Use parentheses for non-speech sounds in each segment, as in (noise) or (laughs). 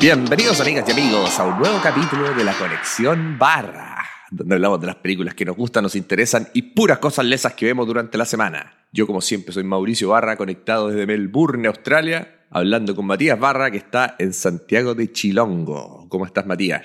Bienvenidos amigas y amigos a un nuevo capítulo de la conexión barra, donde hablamos de las películas que nos gustan, nos interesan y puras cosas lesas que vemos durante la semana. Yo como siempre soy Mauricio Barra, conectado desde Melbourne, Australia, hablando con Matías Barra que está en Santiago de Chilongo. ¿Cómo estás Matías?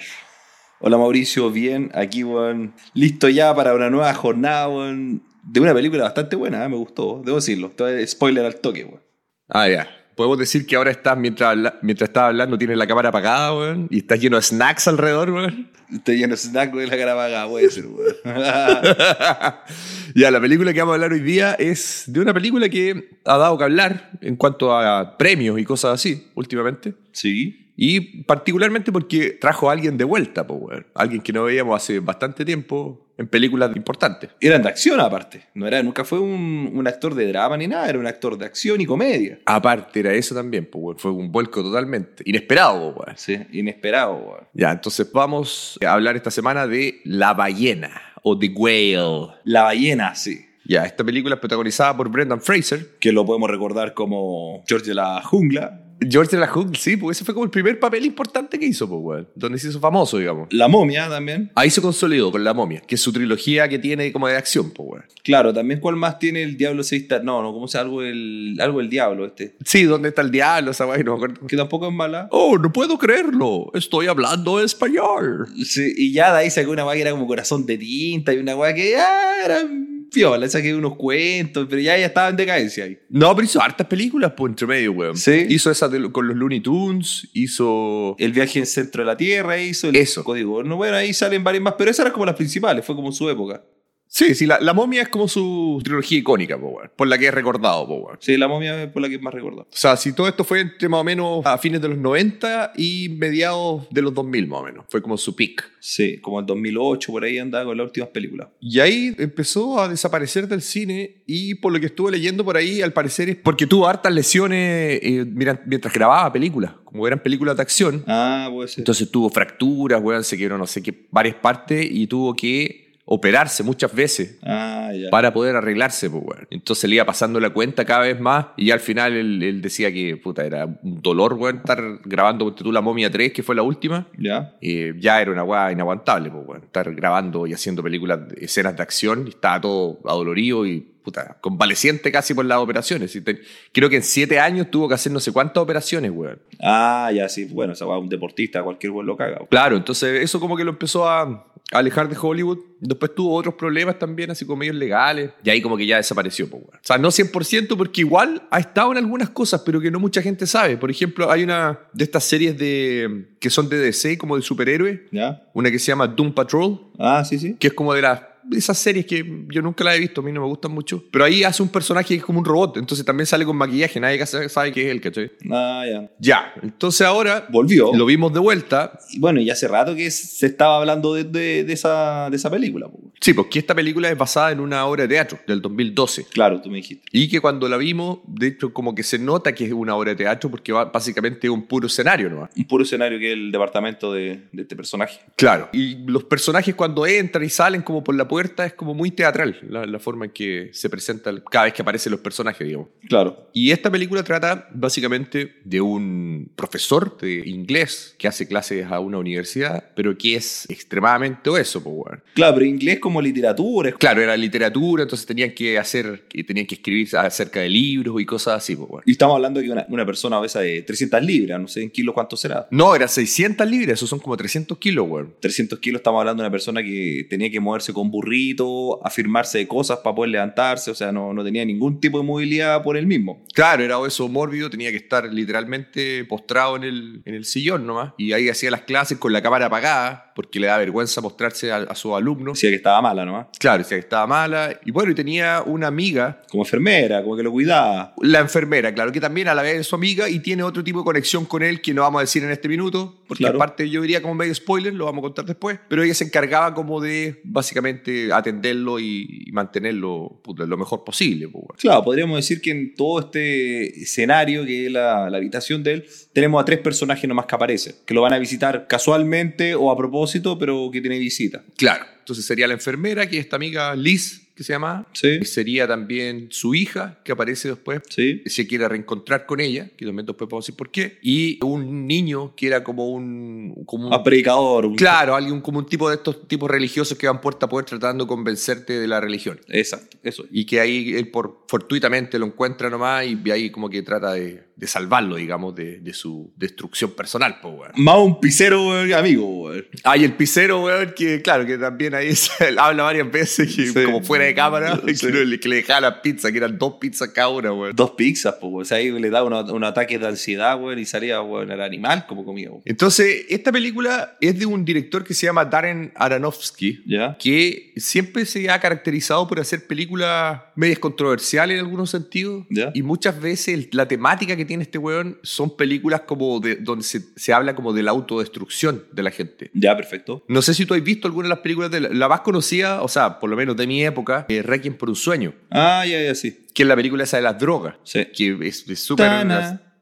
Hola Mauricio, bien, aquí weón, listo ya para una nueva jornada weón, de una película bastante buena, ¿eh? me gustó, debo decirlo, Estoy- spoiler al toque. weón. Ah, ya. Podemos decir que ahora estás, mientras, habla- mientras estás hablando, tienes la cámara apagada, weón, y estás lleno de snacks alrededor, weón. Estoy lleno de snack de la cara apagada, puede ser. weón. (laughs) Ya, la película que vamos a hablar hoy día es de una película que ha dado que hablar en cuanto a premios y cosas así últimamente. sí, Y particularmente porque trajo a alguien de vuelta, po, weón. alguien que no veíamos hace bastante tiempo en películas importantes. eran de acción aparte, no era, nunca fue un, un actor de drama ni nada, era un actor de acción y comedia. Aparte era eso también, po, weón. fue un vuelco totalmente inesperado. po, weón. Sí, inesperado. weón. Ya, entonces vamos a hablar esta semana de La ballena o The Whale. La ballena, sí, Ya, esta película es protagonizada por Brendan Fraser. que lo podemos recordar como George de la Jungla, George de la Jungle, sí, porque ese fue como el primer papel importante que hizo, pues, weón. Donde se hizo famoso, digamos. La momia también. Ahí se consolidó con La Momia, que es su trilogía que tiene como de acción, pues, weón. Claro, también cuál más tiene el Diablo 6 No, no, ¿cómo se llama? Algo del, algo del Diablo este. Sí, ¿dónde está el diablo? Esa weá, no me acuerdo. que tampoco es mala. Oh, no puedo creerlo. Estoy hablando español. Sí, y ya de ahí sacó una weá que era como corazón de tinta y una weá que ah, era piola, saqué unos cuentos, pero ya, ya estaba en decadencia ahí. No, pero hizo hartas películas, pues, entre medio, weón. Sí. Hizo esa de- con los Looney Tunes, hizo... El viaje en centro de la Tierra hizo el Eso. código. No, bueno, ahí salen varias más, pero esas eran como las principales, fue como su época. Sí, sí, La, La Momia es como su trilogía icónica, pues, weón. Por la que es recordado, pues, weón. Sí, la momia es por la que más recuerdo. O sea, si todo esto fue entre más o menos a fines de los 90 y mediados de los 2000 más o menos. Fue como su peak. Sí, como el 2008, por ahí andaba con las últimas películas. Y ahí empezó a desaparecer del cine y por lo que estuve leyendo por ahí, al parecer es porque tuvo hartas lesiones eh, mira- mientras grababa películas, como eran películas de acción. Ah, puede ser. Entonces tuvo fracturas, weón, se quebró no sé qué, varias partes y tuvo que operarse muchas veces ah, ya. para poder arreglarse, pues, weón. Entonces le iba pasando la cuenta cada vez más y al final él, él decía que, puta, era un dolor, weón, estar grabando, ponte tú, La Momia 3, que fue la última. ya. Eh, ya era una weá inaguantable, pues, weón. Estar grabando y haciendo películas, escenas de acción, y estaba todo adolorido y, puta, convaleciente casi por las operaciones. Y te- creo que en siete años tuvo que hacer no sé cuántas operaciones, weón. Ah, ya, sí. Bueno, esa weá, un deportista, cualquier weón lo caga. Claro, entonces eso como que lo empezó a a alejar de Hollywood. Después tuvo otros problemas también, así como medios legales. Y ahí como que ya desapareció, po, weón. O sea, no 100% porque igual ha estado en algunas cosas, pero que no mucha gente sabe. Por ejemplo, hay una de estas series de que son de DC, como de superhéroes. ¿Ya? Una que se llama Doom Patrol, Ah, sí, sí. que es como de las de esas series que yo nunca la he visto, a mí no me gustan mucho. Pero ahí hace un personaje que es como un robot, entonces también sale con maquillaje, nadie sabe sabe qué es él, ¿cachai? Ah, ya. Ya, entonces ahora Volvió. lo vimos de vuelta. Y bueno, y hace rato que se estaba hablando de, de- de esa, de esa película. po. Sí, porque esta película es basada en una obra de teatro del 2012. Claro, tú me dijiste. Y que cuando la vimos, de hecho, como que se nota que es una obra de teatro porque va- básicamente es un puro escenario, ¿no? Un puro escenario que es el departamento de, de este personaje. Claro. Y los personajes cuando entran y salen como por la puerta es como muy teatral la, la forma en que se presenta el- cada vez que aparecen los personajes, digamos. Claro. Y esta película trata básicamente de un profesor de inglés que hace clases a una universidad, pero que es extremadamente obeso, po, weón. Claro, pero inglés como literatura. es- Claro, era literatura, entonces tenían que hacer, y tenían que escribir acerca de libros y cosas así, po, weón. Y estamos hablando de que una, una persona obesa de 300 libras, no sé en kilos cuánto será. No, era 600 libras, eso son como 300 kilos, weón. 300 kilos, estamos hablando de una persona que tenía que moverse con burrito, afirmarse de cosas para poder levantarse, o sea, no, no tenía ningún tipo de movilidad por él mismo. Claro, era obeso mórbido, tenía que estar literalmente postrado en el, en el sillón nomás. Y ahí hacía las clases con la cámara apagada, porque le da vergüenza mostrarse a, a sus alumnos. Decía que estaba mala nomás. Claro, decía que estaba mala. Y bueno, y tenía una amiga Como enfermera, como que lo cuidaba. La enfermera, claro, que también a la vez es su amiga y tiene otro tipo de conexión con él que no vamos a decir en este minuto, porque Claro. aparte yo diría como medio spoiler, lo vamos a contar después, pero ella se encargaba como de básicamente atenderlo y, y mantenerlo puta, lo mejor posible. pues, po, weón. Claro, podríamos decir que en todo este escenario, que es la, la habitación de él, tenemos a tres personajes nomás que aparecen, que lo van a visitar casualmente o a propósito, pero que tiene visita. Claro, entonces sería la enfermera, que es esta amiga Liz, que se llama. Sí. Y sería también su hija, que aparece después. Sí. Se quiere reencontrar con ella, que también después podemos decir por qué. Y un niño que era como un. Como un A predicador. un- Ah. claro, alguien como un tipo de estos tipos religiosos que van puerta a puerta tratando de convencerte de la religión. Exacto, eso. Y que ahí él por fortuitamente lo encuentra nomás y de ahí como que trata de, de salvarlo, digamos, de, de su destrucción personal, pues, weón. Más un pisero, weón, amigo, weón. Ah, y el pisero, weón, que claro, que también ahí (laughs) se- él habla varias veces, que Sí. como fuera de cámara, Sí. que, no- le- que le dejaba las pizzas, que eran dos pizzas cada una, weón. Dos pizzas, pues, weón. O sea, ahí le daba una- un ataque de ansiedad, weón, y salía, weón, el animal como comía, weón. Entonces, esta película es de un director que se llama Darren Aronofsky, ¿Ya? que siempre se ha caracterizado por hacer películas medias controversiales en algunos sentidos. Ya. Y muchas veces el- la temática que tiene este weón son películas como de, donde se, se habla como de la autodestrucción de la gente. Ya, perfecto. No sé si tú has visto alguna de las películas, de la, la más conocida, o sea, por lo menos de mi época, eh, Requiem por un sueño, Ah, ya, ya, sí. que es la película esa de las drogas, Sí. que es es súper...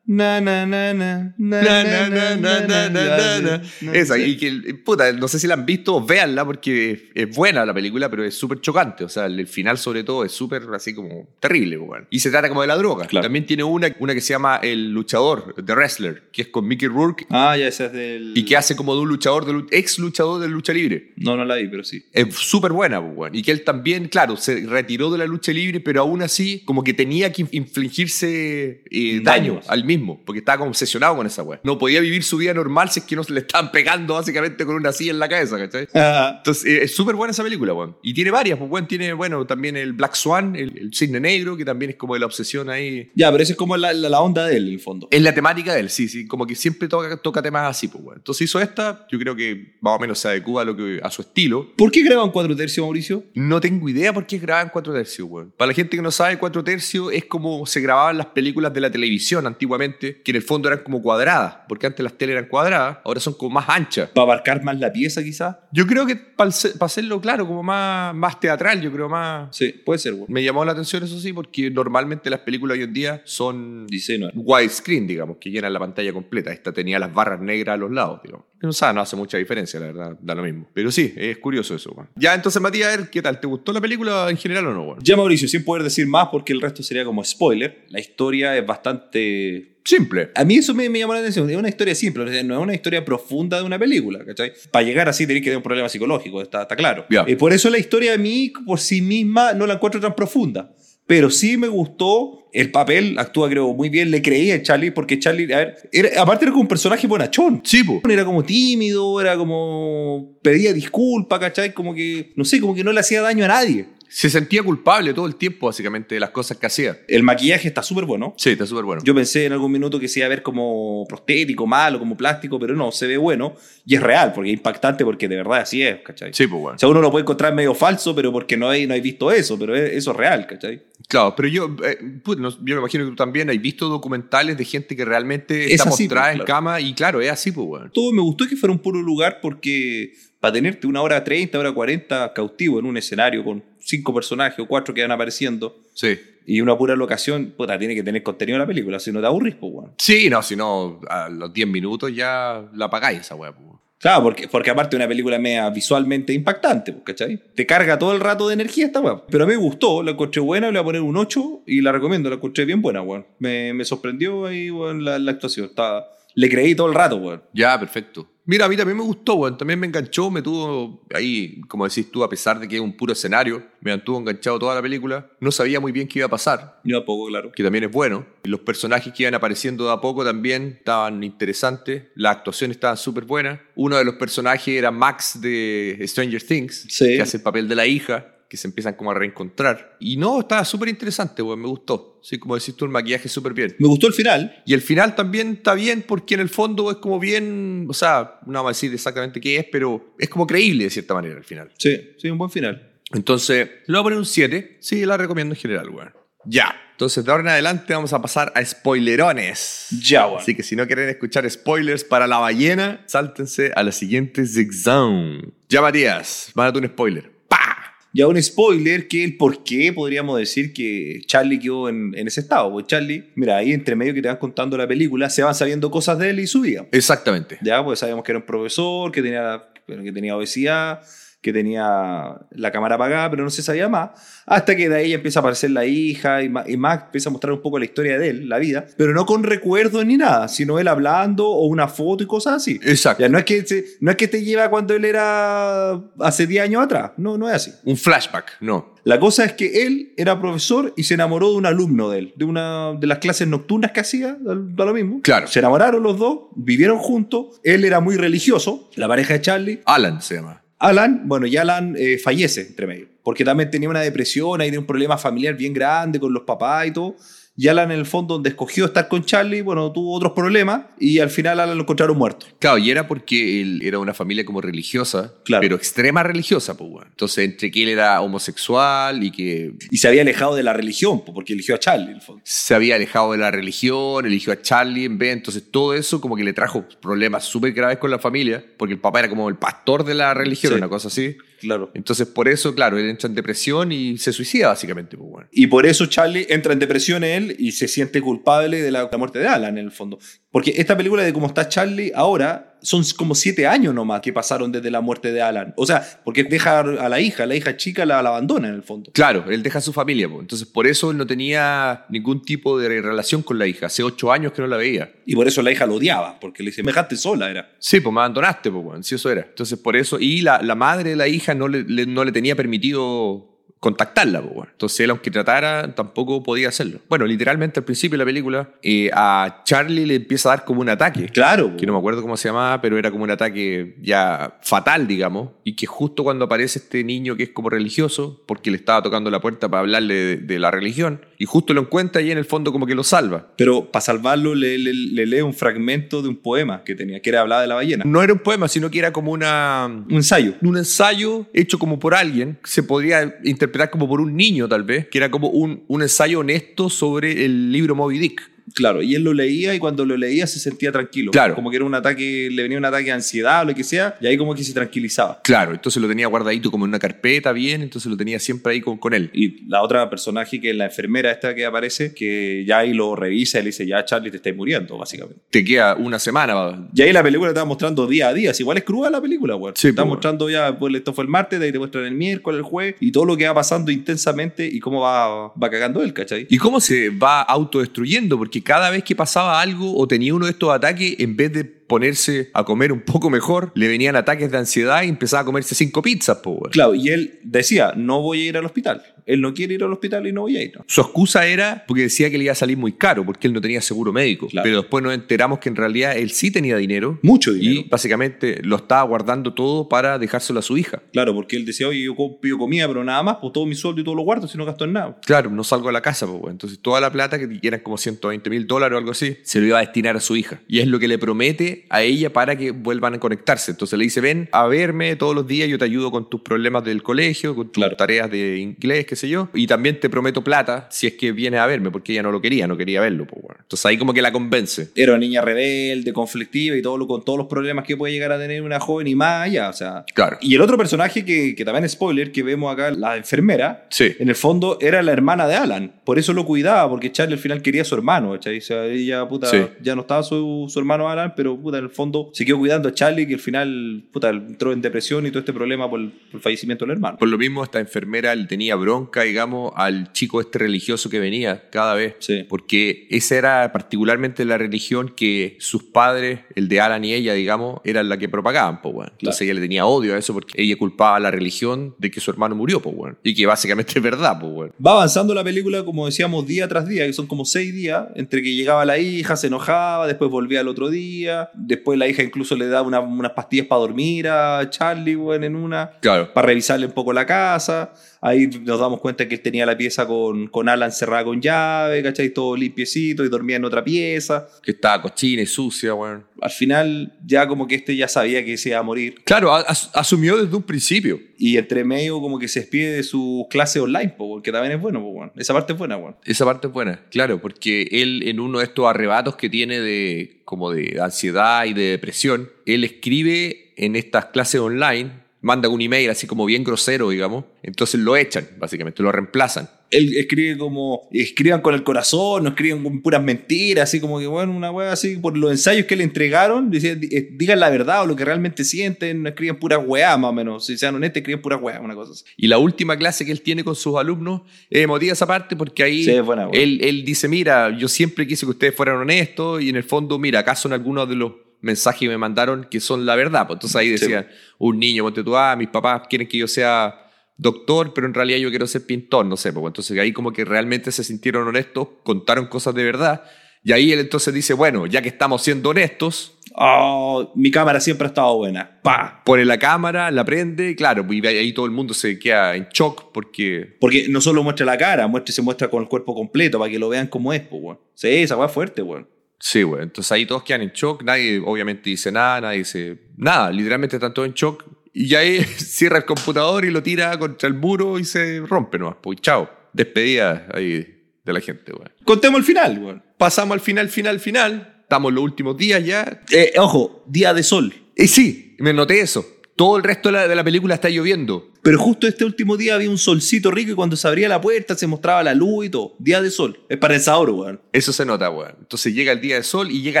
Na, na, na, na, na, na, Na, na, na, na, na, na, na. Esa, Sí. y que, eh, puta, no sé si la han visto, véanla porque es, es buena la película, pero es súper chocante. O sea, el, el final, sobre todo, es súper así como terrible. weón. Y se trata como de la droga. Claro. También tiene una, una que se llama El Luchador, The Wrestler, que es con Mickey Rourke Ah, ya, esa es del. y que hace como de un luchador, de, lu- ex luchador de lucha libre. No, no la vi, pero sí. (laughs) Es súper buena, pues, weón. Y que él también, claro, se retiró de la lucha libre, pero aún así, como que tenía que infligirse eh, daño Daños. al mismo, porque estaba como obsesionado con esa weón. No podía vivir su vida normal si es que no se le estaban pegando básicamente con una silla en la cabeza, ¿cachai? Ah, Entonces, eh, es súper buena esa película, weón. Y tiene varias, pues, weón. Tiene, bueno, también el Black Swan, el, el Cisne Negro, que también es como de la obsesión ahí. ya, pero esa es como la, la, la onda de él, en el fondo. Es la temática de él, sí, sí. Como que siempre toca, toca temas así, pues, weón. Entonces hizo esta, yo creo que más o menos se adecua a, lo que, a su estilo. ¿Por qué graban cuatro tercios, Mauricio? No tengo idea por qué grababan cuatro tercios, weón. Para la gente que no sabe, cuatro tercios es como se grababan las películas de la televisión antiguamente, que en el fondo eran como cuadradas, porque antes las teles eran cuadradas, ahora son como más anchas. ¿Para abarcar más la pieza, quizás? Yo creo que para hacerlo claro, como más, más teatral, yo creo más... Sí, puede ser, güey. Me llamó la atención eso sí, porque normalmente las películas hoy en día son Dice, no. widescreen, digamos, que llenan la pantalla completa. Esta tenía las barras negras a los lados, digamos. No, o sea, no hace mucha diferencia, la verdad, da lo mismo. Pero sí, es curioso eso, weón. Ya, entonces, Matías, a ver, ¿qué tal? ¿Te gustó la película en general o no, weón? Ya, Mauricio, sin poder decir más porque el resto sería como spoiler, la historia es bastante... Simple. A mí eso me, me llamó la atención. Es una historia simple, o sea, no es una historia profunda de una película, ¿cachai? Para llegar así tenés que tener un problema psicológico, está, está claro. Ya. Eh, por eso la historia a mí, por sí misma, no la encuentro tan profunda. Pero sí me gustó el papel, actúa creo muy bien, le creí a Charlie porque Charlie, a ver, era- aparte era como un personaje bonachón. Sí, po. Era como tímido, era como... pedía disculpas, ¿cachai? Como que, no sé, como que no le hacía daño a nadie. Se sentía culpable todo el tiempo, básicamente, de las cosas que hacía. El maquillaje está súper bueno. Sí, está súper bueno. Yo pensé en algún minuto que se iba a ver como prostético, malo, como plástico, pero no, se ve bueno y es real, porque es impactante, porque de verdad así es, ¿cachai? Sí, pues, weón. O sea, uno lo puede encontrar medio falso, pero porque no hay, no hay visto eso, pero es- eso es real, ¿cachai? Claro, pero yo, eh, put- no- yo me imagino que tú también has visto documentales de gente que realmente Es está así, mostrada pues, en claro. cama y claro, es así, pues, weón. Todo me gustó que fuera un puro lugar porque para tenerte una hora 30, hora 40 cautivo en un escenario con cinco personajes o cuatro que van apareciendo Sí. y una pura locación, puta, tiene que tener contenido la película, si no te aburrís, pues, weón. Sí, no, si no, a los 10 minutos ya la apagáis esa weá, pues. weón. Claro, porque, porque aparte una película media visualmente impactante, pues, ¿cachai? Te carga todo el rato de energía esta weá. Pero a mí me gustó, la encontré buena, le voy a poner un 8 y la recomiendo, la encontré bien buena, weón. Me, me sorprendió ahí, weón, la, la actuación. Estaba- le creí todo el rato, weón. Ya, perfecto. Mira, a mí también me gustó, weón. También me enganchó, me tuvo ahí, como decís tú, a pesar de que es un puro escenario, me mantuvo enganchado toda la película. No sabía muy bien qué iba a pasar, Yo a poco, claro. que también es bueno. Los personajes que iban apareciendo de a poco también estaban interesantes. La actuación estaba súper buena. Uno de los personajes era Max de Stranger Things, Sí. que hace el papel de la hija, que se empiezan como a reencontrar. Y no, estaba súper interesante, weón. Me gustó. Sí, como decís tú, el maquillaje súper bien. Me gustó el final. Y el final también está bien porque en el fondo es como bien, o sea, no vamos a decir exactamente qué es, pero es como creíble de cierta manera el final. Sí, sí, un buen final. Entonces, le voy a poner un 7. Sí, la recomiendo en general, weón. Ya. Entonces, de ahora en adelante vamos a pasar a spoilerones. Ya, weón. Así que si no quieren escuchar spoilers para la ballena, sáltense a la siguiente Zig Zone. Ya, Matías, van a tu un spoiler. ¡Pah! Ya un spoiler que el por qué podríamos decir que Charlie quedó en, en ese estado. Pues Charlie, mira, ahí entre medio que te van contando la película, se van sabiendo cosas de él y su vida. Exactamente. Ya, pues sabíamos que era un profesor, que tenía, bueno, que tenía obesidad, que tenía la cámara apagada, pero no se sabía más. Hasta que de ahí empieza a aparecer la hija y más, y más empieza a mostrar un poco la historia de él, la vida, pero no con recuerdos ni nada, sino él hablando o una foto y cosas así. Exacto. Ya, no, es que, se- no es que te lleva cuando él era hace 10 años atrás, no, no es así. Un flashback, no. La cosa es que él era profesor y se enamoró de un alumno de él, de una de las clases nocturnas que hacía, da da lo mismo. Claro. Se enamoraron los dos, vivieron juntos, él era muy religioso, la pareja de Charlie. Alan se llama. Alan, bueno, y Alan eh, fallece entre medio, porque también tenía una depresión, ahí tenía un problema familiar bien grande con los papás y todo. Y Alan, en el fondo, donde escogió estar con Charlie, bueno, tuvo otros problemas y al final Alan lo encontraron muerto. Claro, y era porque él era una familia como religiosa, Claro. pero extrema religiosa, pues, weón. Entonces, entre que él era homosexual y que Y se había alejado de la religión, po, porque eligió a Charlie, en el fondo. se había alejado de la religión, eligió a Charlie en vez, entonces todo eso como que le trajo problemas súper graves con la familia, porque el papá era como el pastor de la religión, Sí. una cosa así. Claro. Entonces, por eso, claro, él entra en depresión y se suicida, básicamente, pues, weón. Y por eso Charlie entra en depresión él y se siente culpable de la, la muerte de Alan, en el fondo. Porque esta película de cómo está Charlie ahora son como siete años nomás que pasaron desde la muerte de Alan. O sea, porque deja a la hija, la hija chica la, la abandona, en el fondo. Claro, él deja a su familia, pues. entonces por eso él no tenía ningún tipo de relación con la hija. Hace ocho años que no la veía. Y por eso la hija lo odiaba, porque le dice, me dejaste sola, era. Sí, pues me abandonaste, pues, weón. Sí, eso era. Entonces, por eso. Y la, la madre de la hija no le, le- no le tenía permitido contactarla, pues, weón. Entonces, él, aunque tratara, tampoco podía hacerlo. Bueno, literalmente al principio de la película, eh, a Charlie le empieza a dar como un ataque. Claro. Que no me acuerdo cómo se llamaba, pero era como un ataque ya fatal, digamos. Y que justo cuando aparece este niño que es como religioso, porque le estaba tocando la puerta para hablarle de, de la religión, y justo lo encuentra y en el fondo como que lo salva. Pero para salvarlo le, le- le lee un fragmento de un poema que tenía, que era hablada de la ballena. No era un poema, sino que era como una, Un ensayo. un ensayo hecho como por alguien, que se podría interpretar como por un niño tal vez, que era como un, un ensayo honesto sobre el libro Moby Dick. Claro, y él lo leía y cuando lo leía se sentía tranquilo. Claro. Como que era un ataque, le venía un ataque de ansiedad o lo que sea, y ahí como que se tranquilizaba. Claro, entonces lo tenía guardadito como en una carpeta bien, entonces lo tenía siempre ahí con, con él. Y la otra personaje que es la enfermera esta que aparece, que ya ahí lo revisa y le dice, ya Charlie te estáis muriendo, básicamente. Te queda una semana. va. Y ahí la película estaba mostrando día a día, es igual es cruda la película, güey. Sí, está pues, mostrando ya, pues esto fue el martes, de ahí te muestran el miércoles, el jueves, y todo lo que va pasando intensamente y cómo va, va cagando él, ¿cachai? ¿Y cómo se va autodestruyendo? Porque cada vez que pasaba algo o tenía uno de estos ataques, en vez de ponerse a comer un poco mejor, le venían ataques de ansiedad y empezaba a comerse cinco pizzas, pobre. Claro, y él decía, no voy a ir al hospital. Él no quiere ir al hospital y no voy a ir. Su excusa era porque decía que le iba a salir muy caro porque él no tenía seguro médico. Claro. Pero después nos enteramos que en realidad él sí tenía dinero. Mucho dinero. Y básicamente lo estaba guardando todo para dejárselo a su hija. Claro, porque él decía, oye, yo co- pido comida, pero nada más, pues todo mi sueldo y todo lo guardo, si no gasto en nada. Claro, no salgo de la casa, pues, weón. entonces toda la plata, que eran como 120 mil dólares o algo así, se lo iba a destinar a su hija. Y es lo que le promete a ella para que vuelvan a conectarse. Entonces le dice, ven a verme todos los días, yo te ayudo con tus problemas del colegio, con tus Claro. tareas de inglés, qué sé yo. Y también te prometo plata si es que vienes a verme, porque ella no lo quería, no quería verlo. Pues, weón. Entonces ahí como que la convence. Era una niña rebelde, conflictiva y todo lo, con todos los problemas que puede llegar a tener una joven y más allá, o sea. Claro. Y el otro personaje que, que también es spoiler, que vemos acá, la enfermera, Sí. en el fondo era la hermana de Alan. Por eso lo cuidaba, porque Charlie al final quería a su hermano, ¿cachai? O sea, ella, puta, Sí. ya no estaba su, su hermano Alan, pero puta, en el fondo se quedó cuidando a Charlie, que al final, puta, entró en depresión y todo este problema por, por el fallecimiento del hermano. Por lo mismo, esta enfermera le tenía bronca, digamos, al chico este religioso que venía cada vez. Sí. Porque esa era particularmente la religión que sus padres, el de Alan y ella, digamos, eran la que propagaban, po, weón. Entonces Claro. ella le tenía odio a eso porque ella culpaba a la religión de que su hermano murió, po, weón. Y que básicamente es verdad, po, weón. Va avanzando la película, como decíamos, día tras día, que son como seis días, entre que llegaba la hija, se enojaba, después volvía al otro día, después la hija incluso le daba una- unas pastillas para dormir a Charlie, bueno, en una, Claro. para revisarle un poco la casa, ahí nos damos cuenta que él tenía la pieza con, con Alan cerrada con llave, ¿cachai? Todo limpiecito y dormía en otra pieza. Que estaba cochina y sucia, weón. Al final ya como que este ya sabía que se iba a morir. Claro, a- as- asumió desde un principio. Y entre medio como que se despide de su clase online, porque también es bueno, po, weón. esa parte es buena, weón. Esa parte es buena, claro, porque él en uno de estos arrebatos que tiene de como de ansiedad y de depresión, él escribe en estas clases online, manda un email así como bien grosero, digamos, entonces lo echan, básicamente, lo reemplazan. él escribe como, escriban con el corazón, no escriban con puras mentiras, así como que, bueno, una weá así, por los ensayos que le entregaron, decía, di- eh, digan la verdad o lo que realmente sienten, no escriban puras weá, más o menos, si sean honestos, escriban puras weá, una cosa así. Y la última clase que él tiene con sus alumnos es emotiva esa parte porque ahí Sí, es buena, buena. él, él dice, mira, yo siempre quise que ustedes fueran honestos y en el fondo, mira, acá son algunos de los mensajes que me mandaron que son la verdad. Pues entonces ahí Sí. decía, un niño, ponte tú, ah, mis papás quieren que yo sea doctor, pero en realidad yo quiero ser pintor, no sé. Pues entonces ahí como que realmente se sintieron honestos, contaron cosas de verdad. Y ahí él entonces dice, bueno, ya que estamos siendo honestos, Oh, mi cámara siempre ha estado buena. Pa, pone la cámara, la prende, y claro, pues, y ahí todo el mundo se queda en shock porque Porque no solo muestra la cara, muestra, se muestra con el cuerpo completo para que lo vean como es, pues, weón. Sí, esa weá es fuerte, weón. Sí, güey. Entonces ahí todos quedan en shock. Nadie, obviamente, dice nada. Nadie dice nada. Literalmente están todos en shock. Y ya ahí (laughs) cierra el computador y lo tira contra el muro y se rompe nomás. Pues chao. Despedida ahí de la gente, güey. Contemos el final, weón. Pasamos al final, final, final. Estamos en los últimos días ya. Eh, ojo, día de sol. Y sí, me noté eso. Todo el resto de la, de la película está lloviendo. Pero justo este último día había un solcito rico y cuando se abría la puerta se mostraba la luz y todo. Día de sol. Es para el sabor, weón. Eso se nota, güey. Entonces llega el día de sol y llega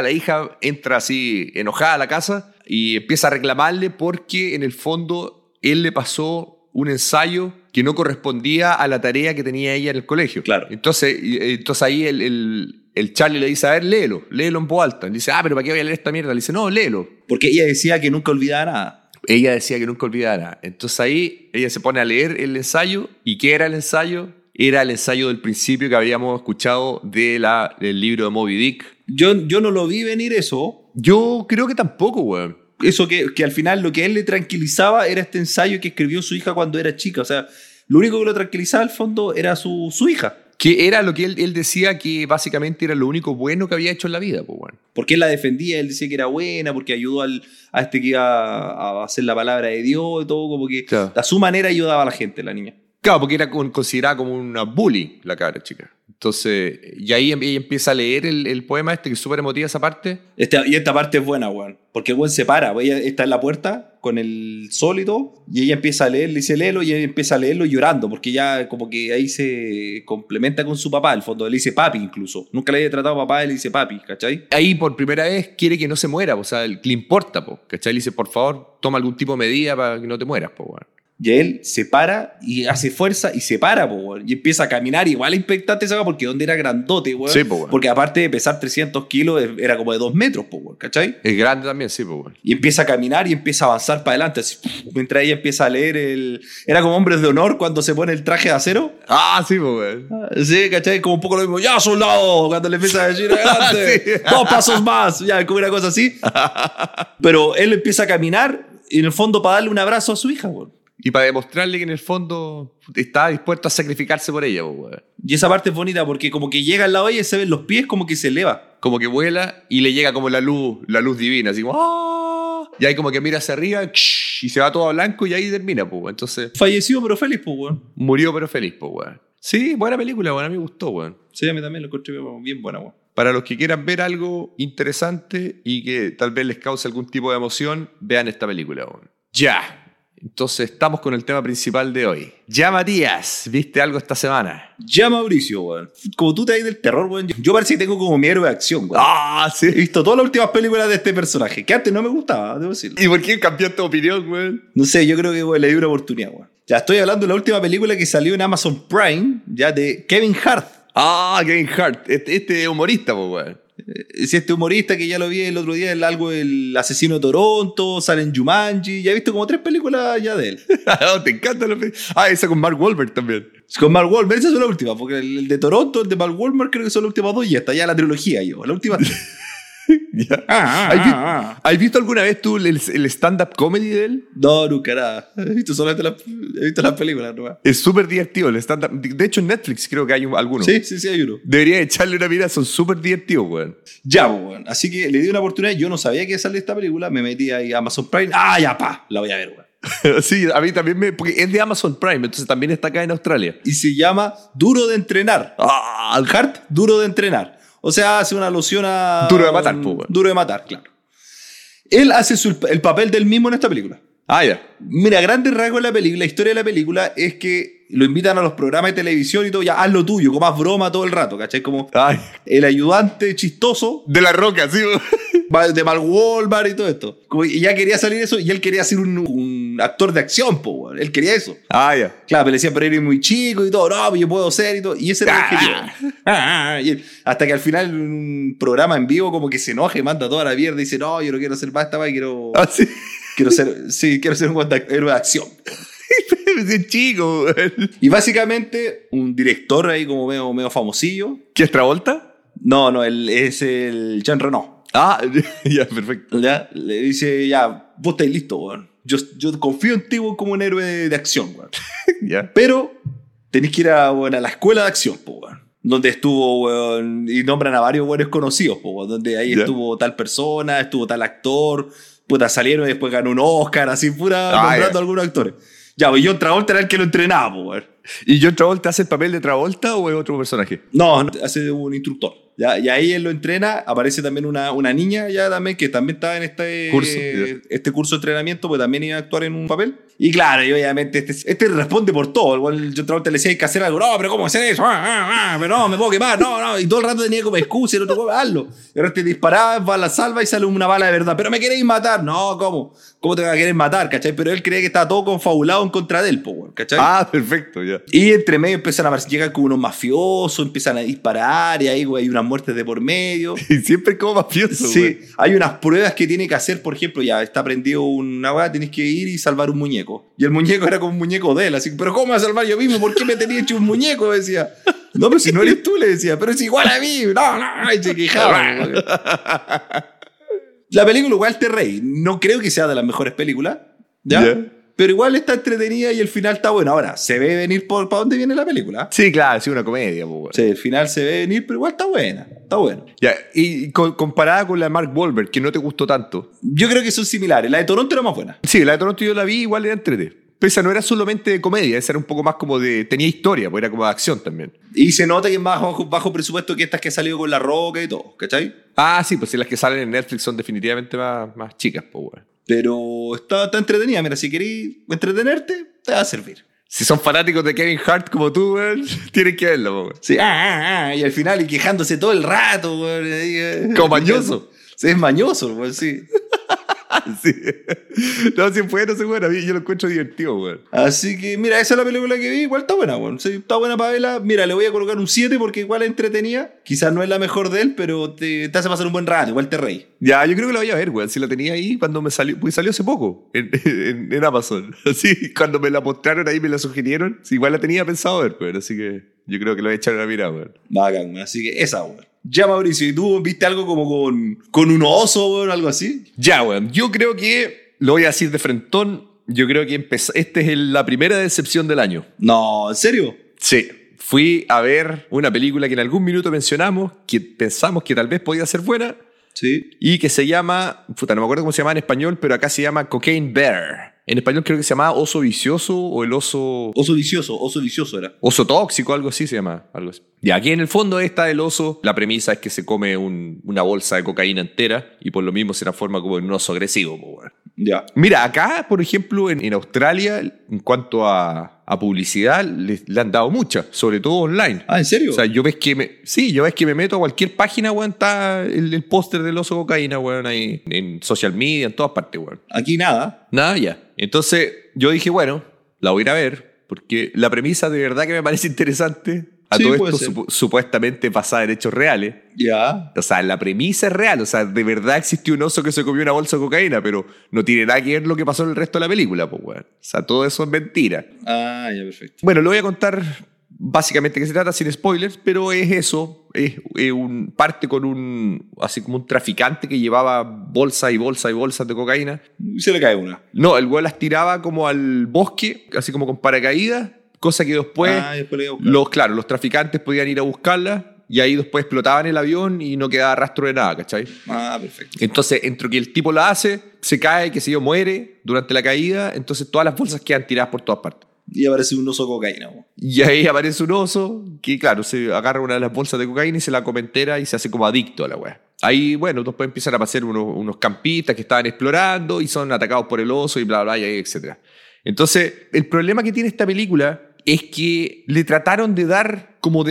la hija, entra así enojada a la casa y empieza a reclamarle porque en el fondo él le pasó un ensayo que no correspondía a la tarea que tenía ella en el colegio. Claro. Entonces, y- eh, entonces ahí el, el- el Charlie le dice, a ver, léelo, léelo en voz alta. Le dice, ah, pero ¿para qué voy a leer esta mierda? Le dice, no, léelo. Porque ella decía que nunca olvidaba nada. Ella decía que nunca olvidara. Entonces ahí ella se pone a leer el ensayo. ¿Y qué era el ensayo? Era el ensayo del principio que habíamos escuchado de la- del libro de Moby Dick. Yo, yo no lo vi venir eso. Yo creo que tampoco, weón. Eso que, que al final lo que a él le tranquilizaba era este ensayo que escribió su hija cuando era chica. O sea, lo único que lo tranquilizaba al fondo era su, su hija. Que era lo que él, él decía que básicamente era lo único bueno que había hecho en la vida, pues, weón. Porque él la defendía, él decía que era buena, porque ayudó al, a este que iba a hacer la palabra de Dios y todo, como que Claro. a su manera ayudaba a la gente, la niña. Claro, porque era con- considerada como una bully la cabra chica. Entonces, y ahí em- ella empieza a leer el, el poema este, que es súper emotiva esa parte. Este- y esta parte es buena, weón. Porque weón se para, weón, ella está en la puerta con el sol y todo, y ella empieza a leer, le dice léelo, y ella empieza a leerlo llorando, porque ya como que ahí se complementa con su papá, al fondo, le dice papi incluso. Nunca le había tratado papá, él le dice papi, ¿cachai? Ahí por primera vez quiere que no se muera, pues, o sea, el- le importa, po, ¿cachai? Le dice, por favor, toma algún tipo de medida para que no te mueras, po, weón. Y él se para y hace fuerza y se para, po, weón. Y empieza a caminar igual impactante esa weá, porque donde era grandote, weón. Sí, po, weón. Porque aparte de pesar 300 kilos, eh, era como de 2 metros, po, weón, ¿cachai? Es grande también, sí, po, weón. Y empieza a caminar y empieza a avanzar para adelante. así, mientras ella empieza a leer el... Era como hombres de honor cuando se pone el traje de acero. Ah, sí, po, weón. Sí, ¿cachai? Como un poco lo mismo. ¡Ya, soldado! Cuando le empieza a decir adelante. (laughs) Sí. ¡Dos pasos más! Ya, como una cosa (laughs) así. Pero él empieza a caminar y en el fondo para darle un abrazo a su hija, weón. Y para demostrarle que en el fondo estaba dispuesto a sacrificarse por ella, po, weón. Y esa parte es bonita porque como que llega al lado de ella y se ven los pies como que se eleva. como que vuela y le llega como la luz, la luz divina, así como ¡ah! Y ahí como que mira hacia arriba ¡ksh! y se va todo a blanco y ahí termina, pues. Entonces Falleció pero feliz, pues, weón. murió pero feliz, pues, weón. Sí, buena película, weón, a mí me gustó, weón. Sí, a mí también lo encontré bien buena, weón. Para los que quieran ver algo interesante y que tal vez les cause algún tipo de emoción, vean esta película, weón. Ya. Entonces estamos con el tema principal de hoy. Ya, Matías, ¿viste algo esta semana? Ya, Mauricio, weón. Como tú te das del terror, weón. yo- Yo parece que tengo como mi héroe de acción, weón. Ah, He sí. visto todas las últimas películas de este personaje, que antes no me gustaba, debo decirlo. ¿Y por qué cambiaste de opinión, weón? No sé, yo creo que weón, le di una oportunidad, weón. Ya estoy hablando de la última película que salió en Amazon Prime, ya de Kevin Hart. Ah, Kevin Hart. Este, este es humorista, pues, weón. Es este humorista que ya lo vi el otro día, el algo El asesino de Toronto, sale en Jumanji, ya he visto como tres películas ya de él. (laughs) (laughs) Oh, te encantan los pe- Ah, esa con Mark Wahlberg también. (laughs) Con Mark Wahlberg, esa es la última, porque el el de Toronto, el de Mark Wahlberg, creo que son las últimas dos y está ya la trilogía yo, la última. Ya. Ah, ah, ¿Has, vi- ah, has visto alguna vez tú el, el stand-up comedy de él? No, nunca nada. He visto solamente las, he visto las películas, ¿no? Es súper divertido el stand-up. De hecho, en Netflix creo que hay un- alguno. Sí, sí, sí, hay uno. Debería echarle una mirada, son súper divertidos, weón. (laughs) Ya, pues, weón. Así que le di una oportunidad, yo no sabía que salía esta película, me metí ahí a Amazon Prime, ah, ya, pa, la voy a ver, weón. sí, a mí también me. Porque es de Amazon Prime, entonces también está acá en Australia. Y se llama Duro de Entrenar. Ah, Al Hart, Duro de Entrenar. O sea, hace una alusión a... Duro de matar, pues, weón. Duro de matar, claro. Él hace su- el papel del mismo en esta película. ah, ya. Mira, grandes rasgos de la película, la historia de la película es que Lo invitan a los programas de televisión y todo, ya haz lo tuyo, con más broma todo el rato, ¿cachai? Como Ay, el ayudante chistoso de la roca, sí. va- de Mal Wolbar y todo esto. Como, y ya quería salir eso y él quería ser un, un actor de acción, po, weón. él quería eso. Ah, ya. Claro, pero le decían, pero eres muy chico y todo, no, pero yo puedo ser y todo. Y ese era el Ah. objetivo. Ah, ah, y él- hasta que al final en un programa en vivo como que se enoje, manda toda la mierda y dice, no, yo no quiero ser más esta weá, (laughs) quiero, Ah, sí. quiero ser, sí, quiero ser un guanta- héroe de acción. Ese chico, weón. Y básicamente un director ahí como medio, medio famosillo. ¿Qué es Travolta? No, no, él es el Jean Renault. Ah, (laughs) ya, perfecto. ¿Ya? Le dice, ya, vos estáis listo, weón. Yo, yo confío en ti weón, como un héroe de, de acción, weón. Ya. Pero tenés que ir a, weón, a la escuela de acción, po, weón. Donde estuvo, weón, y nombran a varios buenos conocidos, po, weón. Donde ahí Ya. estuvo tal persona, estuvo tal actor. Puta, salieron y después ganó un Oscar, así pura, Ah, nombrando ya. a algunos actores. Ya, pues John Travolta era el que lo entrenaba, po, weón. ¿Y John Travolta hace el papel de Travolta o es otro personaje? No, no, hace un instructor. Ya, y ahí él lo entrena, aparece también una, una niña ya también que también estaba en este Curso, eh, este curso de entrenamiento, pues también iba a actuar en un papel. Y claro, y obviamente este, este responde por todo. Igual yo Travolta le decía hay que hacer algo, no, pero ¿cómo hacer eso? Ah, ah, ah, pero no, me puedo quemar, no, no. Y todo el rato tenía como excusa y el otro, "Bueno, hazlo. Y ahora te disparaba, va a la salva y sale una bala de verdad. Pero me queréis matar, no, ¿cómo? ¿Cómo te vas a querer matar, cachai? Pero él cree que está todo confabulado en contra de él, po, weón, cachai. Ah, perfecto, ya. (laughs) Y entre medio empiezan a aparecer, llegan como unos mafiosos, empiezan a disparar y ahí güey, hay unas muertes de por medio. Y siempre como mafioso, Sí, weón. hay unas pruebas que tiene que hacer, por ejemplo, ya está prendido una weá, tenés que ir y salvar un muñeco. Y el muñeco era como un muñeco de él, así, pero ¿cómo voy a salvar yo mismo? ¿Por qué me tenía hecho un muñeco? Me decía, no, pero si no eres tú, le decía, pero es igual a mí, no, no, y se quejaba. güey. La película igual te reí, no creo que sea de las mejores películas, ¿ya? Ya. Pero igual está entretenida y el final está bueno. Ahora, se ve venir por, para dónde viene la película. Sí, claro, sí, una comedia, po, weón. Sí, el final se ve venir, pero igual está buena, está buena. Ya, y co- comparada con la de Mark Wahlberg, que no te gustó tanto. Yo creo que son similares. La de Toronto era más buena. Sí, la de Toronto yo la vi, igual era entrete. Pero esa no era solamente de comedia, esa era un poco más como de... Tenía historia, pues era como de acción también. Y se nota que es más bajo, bajo presupuesto que estas que ha salido con La Roca y todo, ¿cachai? Ah, sí, pues sí, las que salen en Netflix son definitivamente más, más chicas, pues, weón. Pero está, está entretenida. Mira, si querés entretenerte, te va a servir. Si son fanáticos de Kevin Hart como tú, weón, (laughs) tienen que pues, verlo, po, weón. (laughs) Sí, ah, ah, ah, y al final y quejándose todo el rato, güey. ahí, eh. Como mañoso. Sí, es mañoso, güey, sí. Ah, Sí. (laughs) No, si es bueno, se bueno. A mí yo lo encuentro divertido, weón. Así que, mira, esa es la película que vi. Igual está buena, güey. Sí, está buena para verla. Mira, le voy a colocar un 7 porque igual es entretenida. Quizás no es la mejor de él, pero te, te hace pasar un buen rato. Igual te reí. Ya, yo creo que la voy a ver, weón. Si la tenía ahí cuando me salió, pues salió hace poco en, (laughs) en- en Amazon. (laughs) Así, cuando me la mostraron ahí, me la sugirieron. Sí, igual la tenía pensado ver, weón. Así que yo creo que la voy a echar una mirada, weón. Bacán, güey. Así que esa, güey. Ya, Mauricio, ¿y tú viste algo como con, con un oso, güey, algo así? Ya, weón. Yo creo que, lo voy a decir de frentón, yo creo que empezó, esta es el- la primera decepción del año. No, ¿en serio? Sí. Fui a ver una película que en algún minuto mencionamos, que pensamos que tal vez podía ser buena, Sí. y que se llama, puta, no me acuerdo cómo se llama en español, pero acá se llama Cocaine Bear. En español creo que se llama oso vicioso o el oso Oso vicioso, oso vicioso era. oso tóxico, algo así se llama, algo así. Y aquí en el fondo está el oso, la premisa es que se come un- una bolsa de cocaína entera y por lo mismo se transforma como en un oso agresivo. po, weón. Ya. Mira, acá, por ejemplo, en, en Australia, en cuanto a, a publicidad, les- le han dado mucha, sobre todo online. Ah, ¿en serio? O sea, yo ves que me, sí, yo ves que me meto a cualquier página, weón, está el, el póster del oso cocaína, weón, ahí en social media, en todas partes, weón. Aquí nada. Nada, ya. Entonces yo dije, bueno, la voy a ir a ver, porque la premisa de verdad que me parece interesante. A Sí, todo puede esto ser. supu- supuestamente basada en hechos reales. Ya. O sea, la premisa es real. O sea, de verdad existió un oso que se comió una bolsa de cocaína, pero no tiene nada que ver lo que pasó en el resto de la película, pues, weón. O sea, todo eso es mentira. Ah, ya, perfecto. Bueno, lo voy a contar básicamente que se trata sin spoilers, pero es eso. Es, eh, un, parte con un, así como un traficante que llevaba bolsas y bolsas y bolsas de cocaína. Se le cae una. No, el güey las tiraba como al bosque, así como con paracaídas, cosa que después, ah, después le voy a buscar. los, claro, los traficantes podían ir a buscarlas y ahí después explotaban el avión y no quedaba rastro de nada, ¿cachai? Ah, perfecto. Entonces, entre que el tipo la hace, se cae, que se yo, muere durante la caída, entonces todas las bolsas quedan tiradas por todas partes. Y aparece un oso cocaína. po. Y ahí aparece un oso que, claro, se agarra una de las bolsas de cocaína y se la come entera y se hace como adicto a la weá. Ahí, bueno, después empiezan a pasar unos, unos campistas que estaban explorando y son atacados por el oso y bla, bla, y ahí, etc. Entonces, el problema que tiene esta película es que le trataron de dar como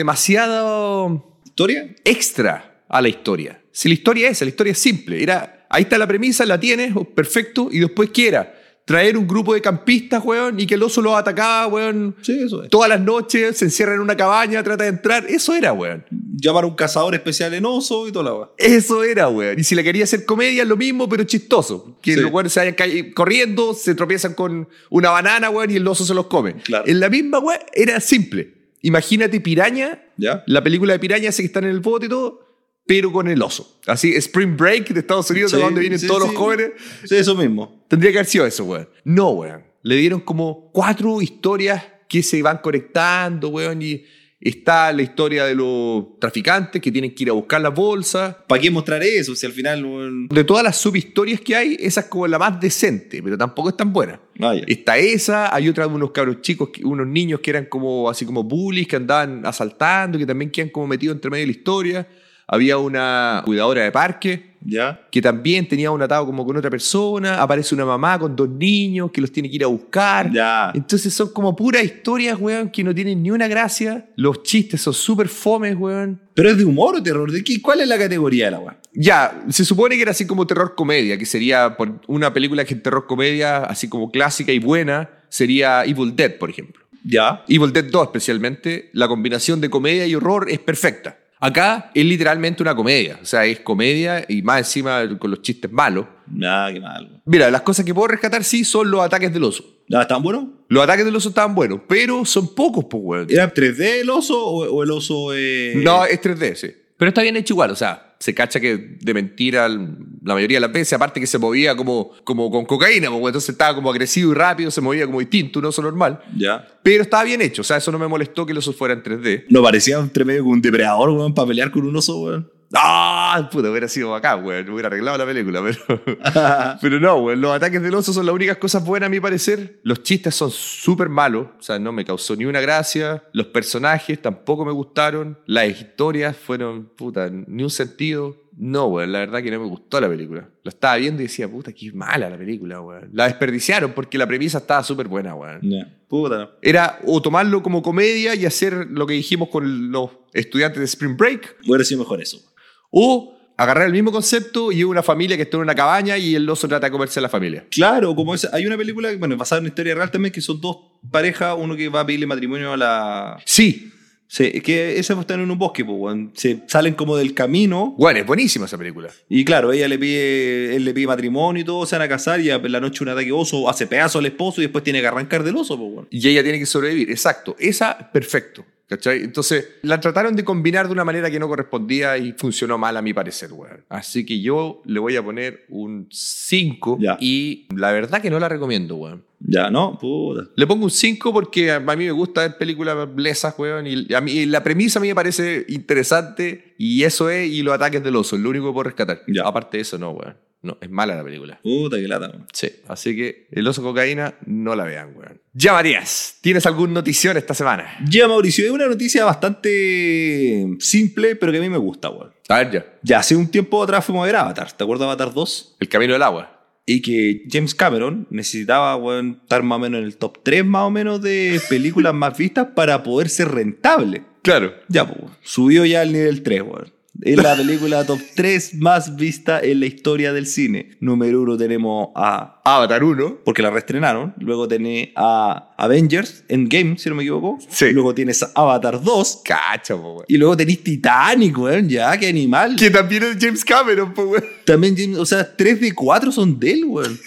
demasiado ¿Historia? extra a la historia. Si la historia es, esa, la historia es simple. Era, ahí está la premisa, la tienes, oh, perfecto, y después ¿qué era? Traer un grupo de campistas, weón, y que el oso los atacaba, weón. Sí, eso es. Todas las noches se encierra en una cabaña, trata de entrar. Eso era, weón. Llamar a un cazador especial en oso y toda la va. Eso era, weón. Y si le quería hacer comedia, lo mismo, pero chistoso. Que Sí. los weones se vayan ca- corriendo, se tropiezan con una banana, weón, y el oso se los come. Claro. En la misma, weón, era simple. Imagínate Piraña, ¿Ya? la película de Piraña, ese que están en el bote y todo, pero con el oso. Así, Spring Break de Estados Unidos, Sí, de donde vienen sí, todos sí. los jóvenes. Sí, eso mismo. Tendría que haber sido eso, weón. No, weón. Le dieron como cuatro historias que se van conectando, weón. Y está la historia de los traficantes que tienen que ir a buscar las bolsas. ¿Para qué mostrar eso? Si al final. weón, De todas las subhistorias que hay, esa es como la más decente, pero tampoco es tan buena. Ah, ya. Está esa, hay otra de unos cabros chicos, que- unos niños que eran como así como bullies, que andaban asaltando, que también quedan como metidos entre medio de la historia. Había una cuidadora de parque ¿Ya? que también tenía un atado como con otra persona, aparece una mamá con dos niños que los tiene que ir a buscar. Ya. Entonces son como puras historias, weón, que no tienen ni una gracia. Los chistes son súper fomes, weón. ¿Pero es de humor o terror? ¿De qué? ¿Cuál es la categoría de la weá? Ya, se supone que era así como terror comedia, que sería por una película que es terror comedia, así como clásica y buena, sería Evil Dead, por ejemplo. ¿Ya? Evil Dead 2 especialmente, la combinación de comedia y horror es perfecta. Acá es literalmente una comedia, o sea, es comedia y más encima con los chistes malos. Nada, Ah, qué mal. weón. Mira, las cosas que puedo rescatar sí son los ataques del oso. ¿Ah, ¿Tan bueno? Los ataques del oso estaban buenos, pero son pocos, pues, weón. ¿Era 3D el oso o, o el oso.? eh, No, es 3D, sí. Pero está bien hecho igual, o sea, se cacha que de mentira la mayoría de las veces, aparte que se movía como, como con cocaína, pues, weón. entonces estaba como agresivo y rápido, se movía como distinto, un oso normal. ¿Ya? Pero estaba bien hecho, o sea, eso no me molestó que el oso fuera en 3D. No parecía entre medio como un depredador, weón, para pelear con un oso, weón. ¡Ah! Puta, hubiera sido acá, weón, hubiera arreglado la película, pero... Pero no, güey, los ataques del oso son las únicas cosas buenas a mi parecer. Los chistes son súper malos, o sea, no me causó ni una gracia. Los personajes tampoco me gustaron. Las historias fueron, puta, ni un sentido. No, güey, la verdad que no me gustó la película. Lo estaba viendo y decía, puta, qué mala la película, güey. La desperdiciaron porque la premisa estaba súper buena, güey. Ya. Puta, no. Era o tomarlo como comedia y hacer lo que dijimos con los estudiantes de Spring Break, Hubiera sido mejor eso. o agarrar el mismo concepto y una familia que está en una cabaña y el oso trata de comerse a la familia. Claro, como es, hay una película, que, bueno, basada en una historia real también, que son dos parejas, uno que va a pedirle matrimonio a la... Sí, Sí, es que esas están en un bosque, pues, weón. Se salen como del camino Bueno, es buenísima esa película. y claro, ella le pide, él le pide matrimonio y todo, se van a casar y en la noche un ataque oso hace pedazo al esposo y después tiene que arrancar del oso, pues, weón. Y ella tiene que sobrevivir, exacto. Esa, perfecto. ¿Cachai? Entonces, la trataron de combinar de una manera que no correspondía y funcionó mal a mi parecer, weón. Así que yo le voy a poner un 5 Ya. y la verdad que no la recomiendo, weón. Ya, ¿no? Puta. Le pongo un 5 porque a a mí me gusta ver películas blesas, weón, y a mí y la premisa a mí me parece interesante y eso es, y los ataques del oso, es lo único que puedo rescatar. Ya. Aparte de eso, no, weón. No, es mala la película. Puta, qué lata, weón. Sí, así que el oso cocaína no la vean, weón. Ya, Matías, ¿tienes alguna notición esta semana? Ya, Mauricio, es una noticia bastante simple, pero que a mí me gusta, weón. A ver, ya. Ya, hace un tiempo atrás fuimos a ver Avatar, ¿te acuerdas de Avatar 2? El camino del agua. y que James Cameron necesitaba weón, estar más o menos en el top 3 más o menos de películas más vistas para poder ser rentable. Claro. Ya, pues, weón, subió ya al nivel 3, weón. Es la película top 3 más vista en la historia del cine. Número 1 tenemos a... Avatar 1. Porque la reestrenaron. Luego tenés a Avengers Endgame, si no me equivoco. Sí. Luego tienes a Avatar 2. Cacha, po, weón. Y luego tenés Titanic, weón. Ya, qué animal. Que también es James Cameron, po, weón. (laughs) También, James- o sea, 3 de 4 son de él, weón.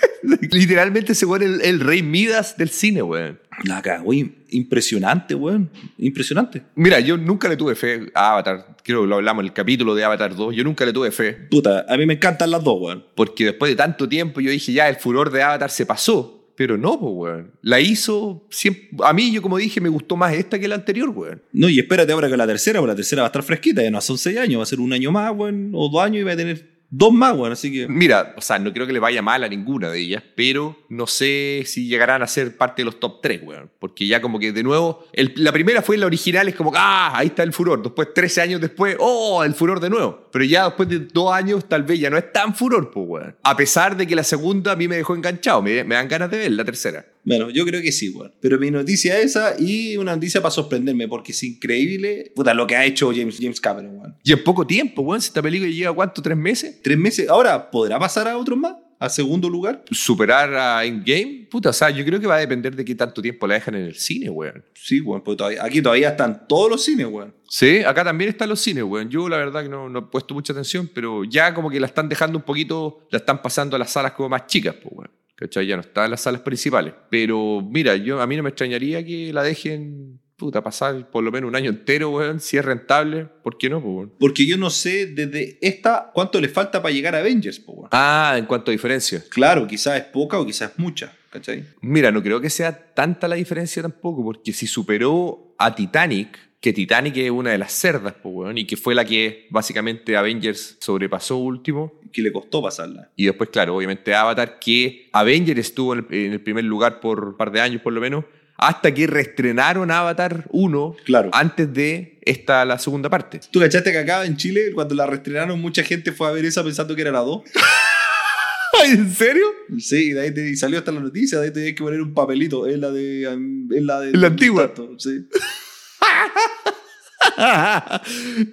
Literalmente se pone el, el rey Midas del cine, weón. La cagó, im- impresionante, weón. Impresionante. Mira, yo nunca le tuve fe a Avatar. Creo que lo hablamos en el capítulo de Avatar 2. Yo nunca le tuve fe. Puta, a mí me encantan las dos, weón. Porque después de tanto tiempo yo dije, ya, el furor de Avatar se pasó. Pero no, po, weón. La hizo... siempre- A mí, yo como dije, me gustó más esta que la anterior, weón. No, y espérate ahora con la tercera, porque la tercera va a estar fresquita, ya no son seis años, va a ser un año más, weón, o dos años y va a tener dos más, weón, así que. Mira, o sea, no creo que le vaya mal a ninguna de ellas, pero no sé si llegarán a ser parte de los top 3, weón. Porque ya como que de nuevo, el- la primera fue la original, es como, ah, ahí está el furor. Después, 13 años después, oh, el furor de nuevo. Pero ya después de dos años, tal vez ya no es tan furor, pues, weón. A pesar de que la segunda a mí me dejó enganchado, me, me dan ganas de ver la tercera. Bueno, yo creo que sí, weón. Pero mi noticia esa y una noticia para sorprenderme, porque es increíble puta, lo que ha hecho James, James Cameron, weón. Y en poco tiempo, weón, si esta película lleva cuánto, tres meses. Tres meses. Ahora, ¿podrá pasar a otros más? ¿A segundo lugar? Superar a Endgame, puta, o sea, yo creo que va a depender de qué tanto tiempo la dejan en el cine, weón. Sí, weón. porque todavía- aquí todavía están todos los cines, weón. Sí, acá también están los cines, weón. Yo la verdad que no, no he puesto mucha atención, pero ya como que la están dejando un poquito, la están pasando a las salas como más chicas, pues, weón. ¿Cachai? Ya no está en las salas principales. Pero mira, yo a mí no me extrañaría que la dejen, puta, pasar por lo menos un año entero, weón. Si es rentable, ¿por qué no, pues, weón? Porque yo no sé desde esta cuánto le falta para llegar a Avengers, po, weón. Ah, en cuanto a diferencias. Claro, quizás es poca o quizás es mucha, ¿cachai? Mira, no creo que sea tanta la diferencia tampoco, porque si superó a Titanic, que Titanic es una de las cerdas, pues, weón, y que fue la que básicamente Avengers sobrepasó último. Que le costó pasarla. Y después, claro, obviamente Avatar, que Avengers estuvo en el, en el primer lugar por un par de años por lo menos, hasta que reestrenaron Avatar 1 Claro. antes de esta, la segunda parte. (laughs) ¿Tú cachaste que acá en Chile, cuando la restrenaron, mucha gente fue a ver esa pensando que era la 2? ¿En serio? (laughs) Sí, y de ahí te- y salió hasta la noticia, de ahí tenías que poner un papelito, es la de... um, Es la, de, La antigua. tanto, sí.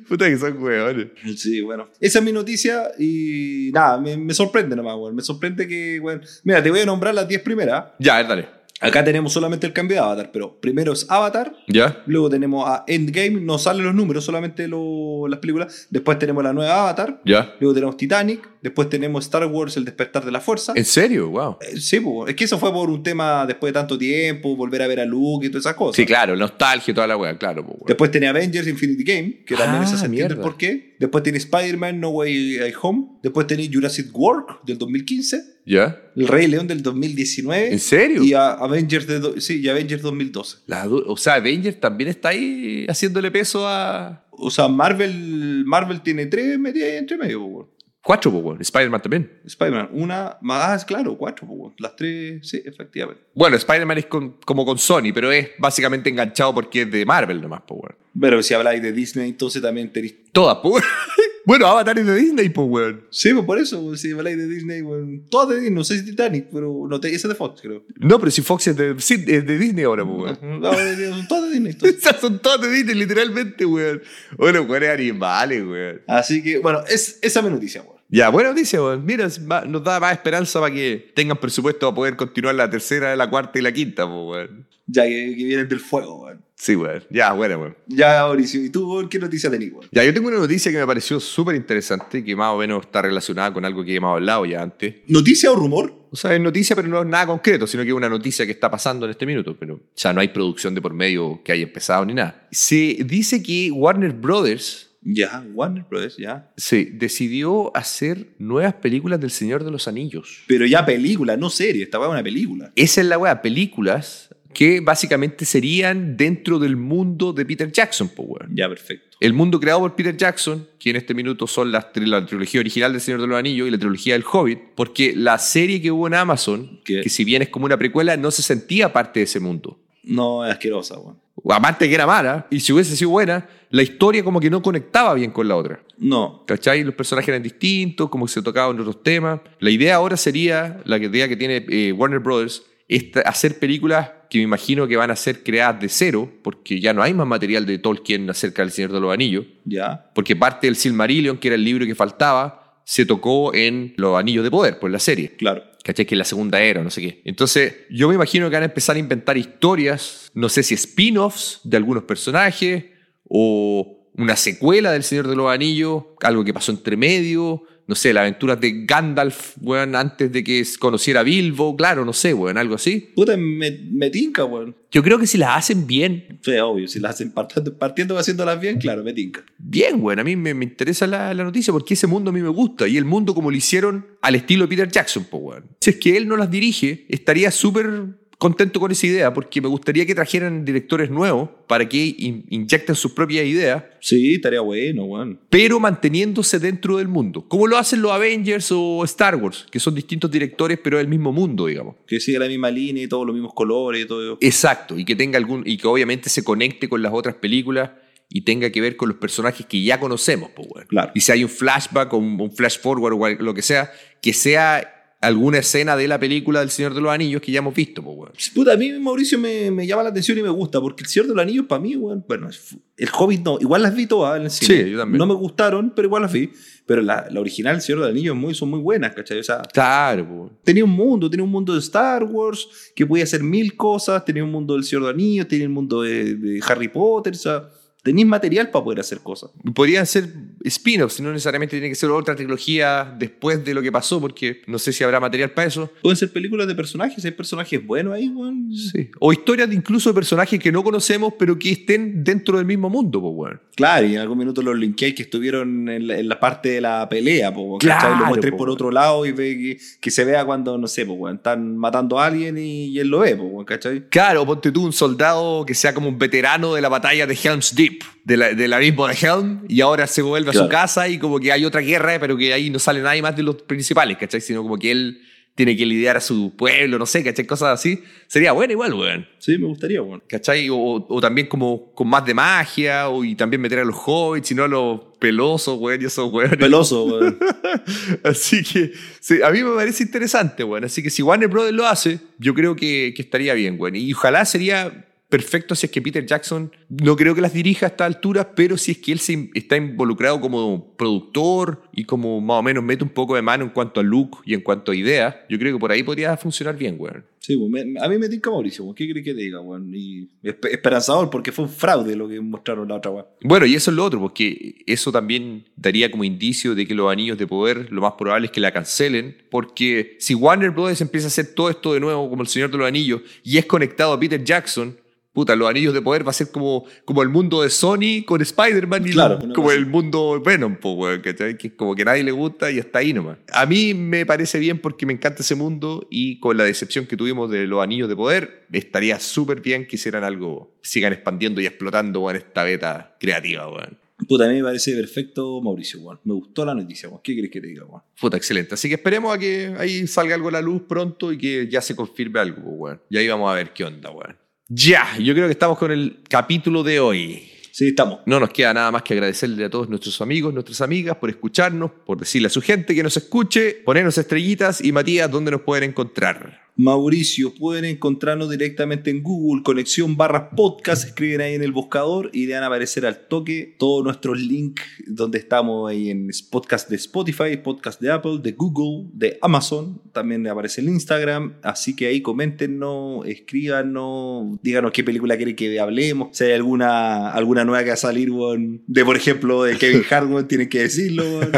Puta que son hueones. Sí, bueno. Esa es mi noticia y nada, me, me sorprende nomás, weón. Me sorprende que, weón... Mira, te voy a nombrar las 10 primeras. Ya, a ver, dale. Acá tenemos solamente el cambio de Avatar, pero primero es Avatar, ¿Ya? luego tenemos a Endgame, no salen los números, solamente lo- las películas. Después tenemos la nueva Avatar, ¿Ya? luego tenemos Titanic, después tenemos Star Wars, El Despertar de la Fuerza. ¿En serio? Wow. Eh, Sí, po, es que eso fue por un tema después de tanto tiempo, volver a ver a Luke y todas esas cosas. Sí, claro, nostalgia y toda la hueá, claro. pues, po, weón. Después tiene Avengers Infinity Game, que también Ah, esa se entiende el mierda. por qué. Después tiene Spider-Man No Way eh, Home. Después tiene Jurassic World del 2015. ¿Ya? El Rey León del 2019. ¿En serio? Y a- Avengers, de do- sí, y Avengers 2012. La du- o sea, Avengers también está ahí haciéndole peso a... O sea, Marvel, Marvel tiene tres metidas ahí entre medio, po, weón. Cuatro, po, weón. Spider-Man también. Spider-Man, una más, ah, claro, cuatro, po, weón. las tres, sí, efectivamente. Bueno, Spider-Man es con- como con Sony, pero es básicamente enganchado porque es de Marvel nomás, pues, weón. Pero si habláis de Disney, entonces también tenéis. Todas, pues, weón. (laughs) Bueno, Avatar es de Disney, pues, weón. Sí, pues por eso, weón, si habláis de Disney, weón. todas de Disney, no sé si Titanic, pero no te, esa es de Fox, creo. No, pero si Fox es de, sí, es de Disney ahora, pues, (laughs) weón. No, son todas de Disney, (laughs) entonces. Esas son todas de Disney, literalmente, weón. Bueno, weón, es animales, weón. Así que, bueno, es, esa es mi noticia, weón. Ya, buena noticia, weón. Mira, es ma- nos da más esperanza para que tengan presupuesto para poder continuar la tercera, la cuarta y la quinta, pues, weón. Ya que, que vienen del fuego, weón. Sí, weón. Ya, buena, weón. Ya, Mauricio, ¿y tú, weón, qué noticia tenés, weón? Ya, yo tengo una noticia que me pareció súper interesante, que más o menos está relacionada con algo que hemos hablado ya antes. ¿Noticia o rumor? O sea, es noticia, pero no es nada concreto, sino que es una noticia que está pasando en este minuto. Pero, o sea, no hay producción de por medio que haya empezado ni nada. Se dice que Warner Brothers Ya, Warner Brothers, ya. se decidió hacer nuevas películas del Señor de los Anillos. Pero ya película, no serie, esta weá es una película. Esa es la weá, películas que básicamente serían dentro del mundo de Peter Jackson, po, weón. Ya, perfecto. El mundo creado por Peter Jackson, que en este minuto son las tri- la trilogía original del Señor de los Anillos y la trilogía del Hobbit, porque la serie que hubo en Amazon, ¿Qué? que si bien es como una precuela, no se sentía parte de ese mundo. No, es asquerosa, weón. Aparte que era mala, y si hubiese sido buena, la historia como que no conectaba bien con la otra. No, ¿Cachai? Los personajes eran distintos, como que se tocaban otros temas. La idea ahora sería, la idea que tiene eh, Warner Brothers, es tra- hacer películas que me imagino que van a ser creadas de cero, porque ya no hay más material de Tolkien acerca del Señor de los Anillos, ya. porque parte del Silmarillion, que era el libro que faltaba, se tocó en Los Anillos de Poder, pues la serie. Claro. ¿Cachai? Que es la segunda era, no sé qué. Entonces, yo me imagino que van a empezar a inventar historias, no sé si spin-offs de algunos personajes, o una secuela del Señor de los Anillos, algo que pasó entre medio, no sé, las aventuras de Gandalf, weón, antes de que conociera a Bilbo, claro, no sé, weón, algo así. Puta, me, me tinca, weón. Yo creo que si las hacen bien, Sí, obvio, si las hacen partiendo, partiendo haciéndolas bien, claro, me tinca. bien, weón, a mí me, me interesa la, la noticia porque ese mundo a mí me gusta y el mundo como lo hicieron al estilo Peter Jackson, pues, weón. Si es que él no las dirige, estaría súper contento con esa idea porque me gustaría que trajeran directores nuevos para que in- inyecten sus propias ideas Sí, estaría bueno, weón. pero manteniéndose dentro del mundo, como lo hacen los Avengers o Star Wars, que son distintos directores pero del mismo mundo, digamos. Que siga la misma línea y todos los mismos colores y todo. Exacto, y que tenga algún y que obviamente se conecte con las otras películas y tenga que ver con los personajes que ya conocemos, pues bueno. Claro. Y si hay un flashback o un, un flash forward o cual- lo que sea, que sea alguna escena de la película del Señor de los Anillos que ya hemos visto, pues, weón. Puta, a mí Mauricio me, me llama la atención y me gusta, porque El Señor de los Anillos para mí, weón, bueno, es- El Hobbit no, igual las vi todas en el cine. Sí, yo también. No me gustaron, pero igual las vi. Pero la, la original, El Señor de los Anillos, es muy, son muy buenas, ¿cachai? O sea, Claro, pues, weón. tenía un mundo, tenía un mundo de Star Wars, que podía hacer mil cosas, tenía un mundo del Señor de los Anillos, tenía el mundo de, de Harry Potter, o sea, tenías material para poder hacer cosas. Podrían ser spin-offs, no necesariamente tiene que ser otra trilogía después de lo que pasó, porque no sé si habrá material para eso. Pueden ser películas de personajes, hay personajes buenos ahí, weón. O historias de incluso de personajes que no conocemos, pero que estén dentro del mismo mundo, pues, weón. Claro, y en algún minuto los linkeáis que estuvieron en la, en la parte de la pelea, po, ¿cachai? Claro, lo mostré po, por weón. otro lado y ve que, que se vea cuando, no sé, po, weón, están matando a alguien y, y él lo ve, po, weón, ¿cachai? Claro, ponte tú un soldado que sea como un veterano de la batalla de Helm's Deep, de la- del abismo de Helm, y ahora se vuelve a Claro. su casa y como que hay otra guerra, pero que ahí no sale nadie más de los principales, ¿cachai? Sino como que él tiene que lidiar a su pueblo, no sé, ¿cachai? Cosas así. Sería bueno igual, weón. Sí, me gustaría, weón. ¿Cachai? O, o también como con más de magia, o, y también meter a los hobbits, y no a los pelosos, weón, y esos weones. Peloso, weón. (laughs) Así que sí, a mí me parece interesante, weón. Así que si Warner Brothers lo hace, yo creo que, que estaría bien, weón. Y ojalá sería perfecto si es que Peter Jackson, no creo que las dirija a esta altura, pero si es que él se in- está involucrado como productor y como más o menos mete un poco de mano en cuanto a look y en cuanto a ideas, yo creo que por ahí podría funcionar bien, weón. Sí, po, me- a mí me tinca Mauricio, weón. ¿Qué crees que te diga, weón? Y espe- esperanzador, porque fue un fraude lo que mostraron la otra, weón. Bueno, y eso es lo otro, porque eso también daría como indicio de que los anillos de poder, lo más probable es que la cancelen, porque si Warner Brothers empieza a hacer todo esto de nuevo como el Señor de los Anillos y es conectado a Peter Jackson, puta, los anillos de poder va a ser como, como el mundo de Sony con Spider-Man y Claro, una como cosa el mundo de Venom, po, weón, ¿cachai? que es como que nadie le gusta y está ahí nomás. A mí me parece bien porque me encanta ese mundo y con la decepción que tuvimos de los anillos de poder, estaría súper bien que hicieran algo, sigan expandiendo y explotando weón, esta beta creativa. Weón. Puta, a mí me parece perfecto Mauricio, weón. Me gustó la noticia, weón. ¿Qué crees que te diga, weón? Puta, excelente. Así que esperemos a que ahí salga algo a la luz pronto y que ya se confirme algo, pues, weón. Y ahí vamos a ver qué onda, weón. Ya, yo creo que estamos con el capítulo de hoy. Sí, estamos. No nos queda nada más que agradecerle a todos nuestros amigos, nuestras amigas por escucharnos, por decirle a su gente que nos escuche, ponernos estrellitas y Matías, ¿dónde nos pueden encontrar? Mauricio, pueden encontrarnos directamente en Google, conexión barra podcast, escriben ahí en el buscador y le van a aparecer al toque todos nuestros links donde estamos ahí en podcast de Spotify, podcast de Apple, de Google, de Amazon, también le aparece el Instagram, así que ahí coméntenos, escríbanos, díganos qué película quieren que hablemos, si hay alguna, alguna nueva que va a salir, weón, de por ejemplo de Kevin Hart, weón, tienen que decirlo. weón.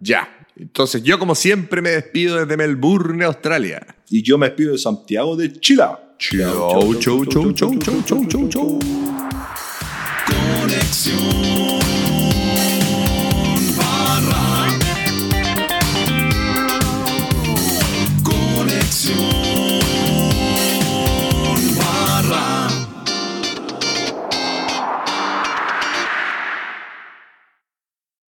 Ya. Entonces, yo como siempre me despido desde Melbourne, Australia. y yo me despido de Santiago de Chile. Chau, chau, chau, chau, chau, chau, chau, chau. Conexión